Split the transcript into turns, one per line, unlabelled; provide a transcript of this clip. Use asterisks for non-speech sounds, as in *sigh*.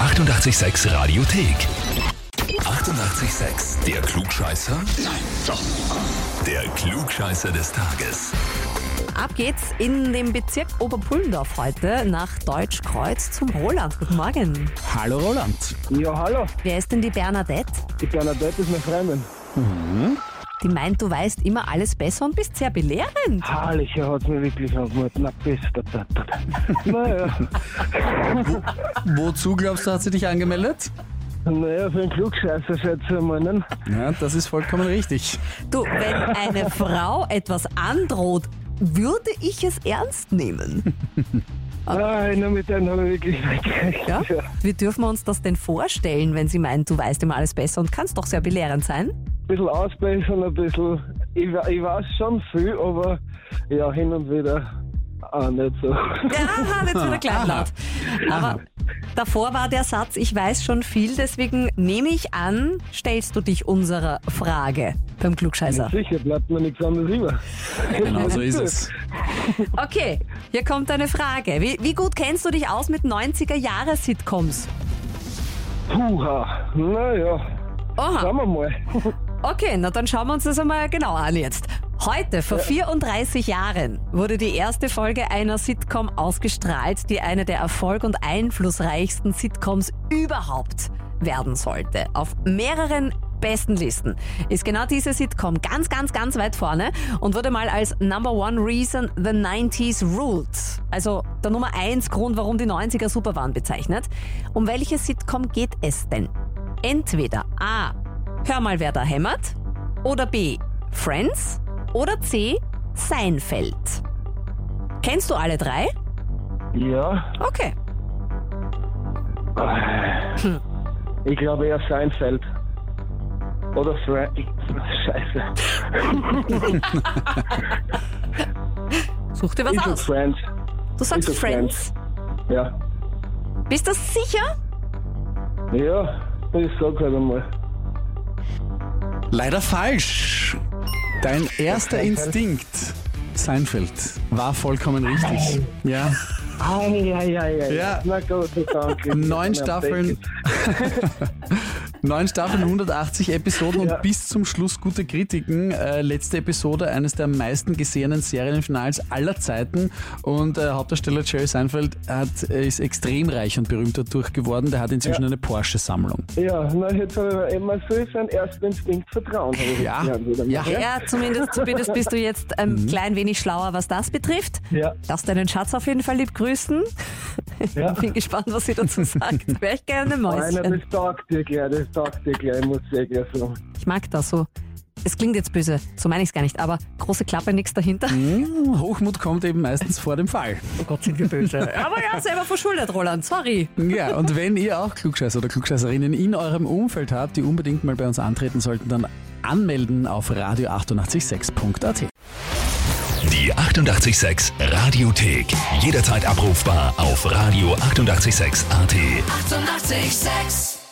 886 Radiothek. 88,6. Der Klugscheißer? Nein, doch. Der Klugscheißer des Tages.
Ab geht's in dem Bezirk Oberpullendorf heute nach Deutschkreuz zum Roland. Guten Morgen.
Hallo Roland.
Ja, hallo,
Wer ist denn die Bernadette?
die Bernadette ist meine Freundin.
Die meint, du weißt immer alles besser und bist sehr belehrend.
Herrlicher hat mir wirklich angemacht. Na, bis da, da, da, da.
*laughs*
Naja,
Wozu glaubst du, hat sie dich angemeldet?
naja, für einen Klugscheißer schätze ich mal. Ne?
Ja, das ist vollkommen richtig.
Du, wenn eine Frau etwas androht, würde ich es ernst nehmen.
Ah.
Nein, nur mit denen habe ich wirklich nicht gerechnet.
Ja? Wie dürfen wir uns das denn vorstellen, wenn sie meint, du weißt immer alles besser und kannst doch sehr belehrend sein?
Ein bisschen ausbessern, ein bisschen. Ich, we- ich weiß schon viel, aber ja, hin und wieder auch nicht so.
Aha, jetzt wieder kleinlaut. Aber davor war der Satz, ich weiß schon viel, deswegen nehme ich an, stellst du dich unserer Frage beim Klugscheißer.
*laughs* Sicher bleibt mir nichts anderes über.
Genau so ist es.
Okay, hier kommt eine Frage. Wie, wie gut kennst du dich aus mit 90er-Jahre-Sitcoms?
Puha, naja,
Oha,
Ah.
schauen wir mal.
*laughs*
okay, na dann schauen wir uns das einmal genauer an jetzt. Heute, vor 34 Jahren, wurde die erste Folge einer Sitcom ausgestrahlt, die eine der erfolg- und einflussreichsten Sitcoms überhaupt werden sollte. Auf mehreren besten Listen ist genau diese Sitcom ganz, ganz, ganz weit vorne und wurde mal als Number One Reason the 90s Ruled, also der Nummer 1 Grund, warum die 90er super waren, bezeichnet. Um welche Sitcom geht es denn? Entweder A. Hör mal, wer da hämmert. Oder B. Friends. Oder C. Seinfeld. Kennst du alle drei?
Ja,
Okay.
Äh. ich glaube eher Seinfeld. Oder Frank. *laughs* Scheiße.
Such dir was
Ich sag
aus.
Friends.
Du sagst
ich sag
Friends.
Ja.
Bist du sicher?
Ja, ich sag halt einmal.
Leider falsch. Dein erster Instinkt, Seinfeld, war vollkommen richtig. Ja,
Eieieiei.
Ja.
Na Gott sei Dank.
Ah. neun Staffeln. Neun Staffeln, 180 Episoden und
Ja.
bis zum Schluss gute Kritiken. Äh, letzte Episode eines der meisten gesehenen Serienfinals aller Zeiten. Und äh, Hauptdarsteller Jerry Seinfeld hat, äh, ist extrem reich und berühmt dadurch geworden. Der hat inzwischen eine Porsche-Sammlung.
Ja, na, jetzt habe ich immer so seinen ersten Instinkt vertrauen. Hab ich
Ja.
gelernt wieder mal.
Ja.
Ja, zumindest, zumindest bist du jetzt ein klein wenig schlauer, was das betrifft.
Ja.
Darfst deinen Schatz auf jeden Fall lieb grüßen.
*laughs*
Ja.
Bin gespannt, was sie dazu sagt. Wäre ich gerne
Einer,
Mäuschen.
das taugt dir gleich, das taugt dir gleich, muss ich gleich sagen.
Ich mag das so. Es klingt jetzt böse, so meine ich es gar nicht, aber große Klappe, nichts dahinter.
Hm, Hochmut kommt eben meistens vor dem Fall.
Oh Gott, sind wir böse. aber ja, selber verschuldet, Roland, sorry.
Ja, und wenn ihr auch Klugscheißer oder Klugscheißerinnen in eurem Umfeld habt, die unbedingt mal bei uns antreten sollten, dann anmelden auf radio886.at.
Die 88,6 Radiothek. Jederzeit abrufbar auf radio886.at. 88,6.
Eighty-eight, sex.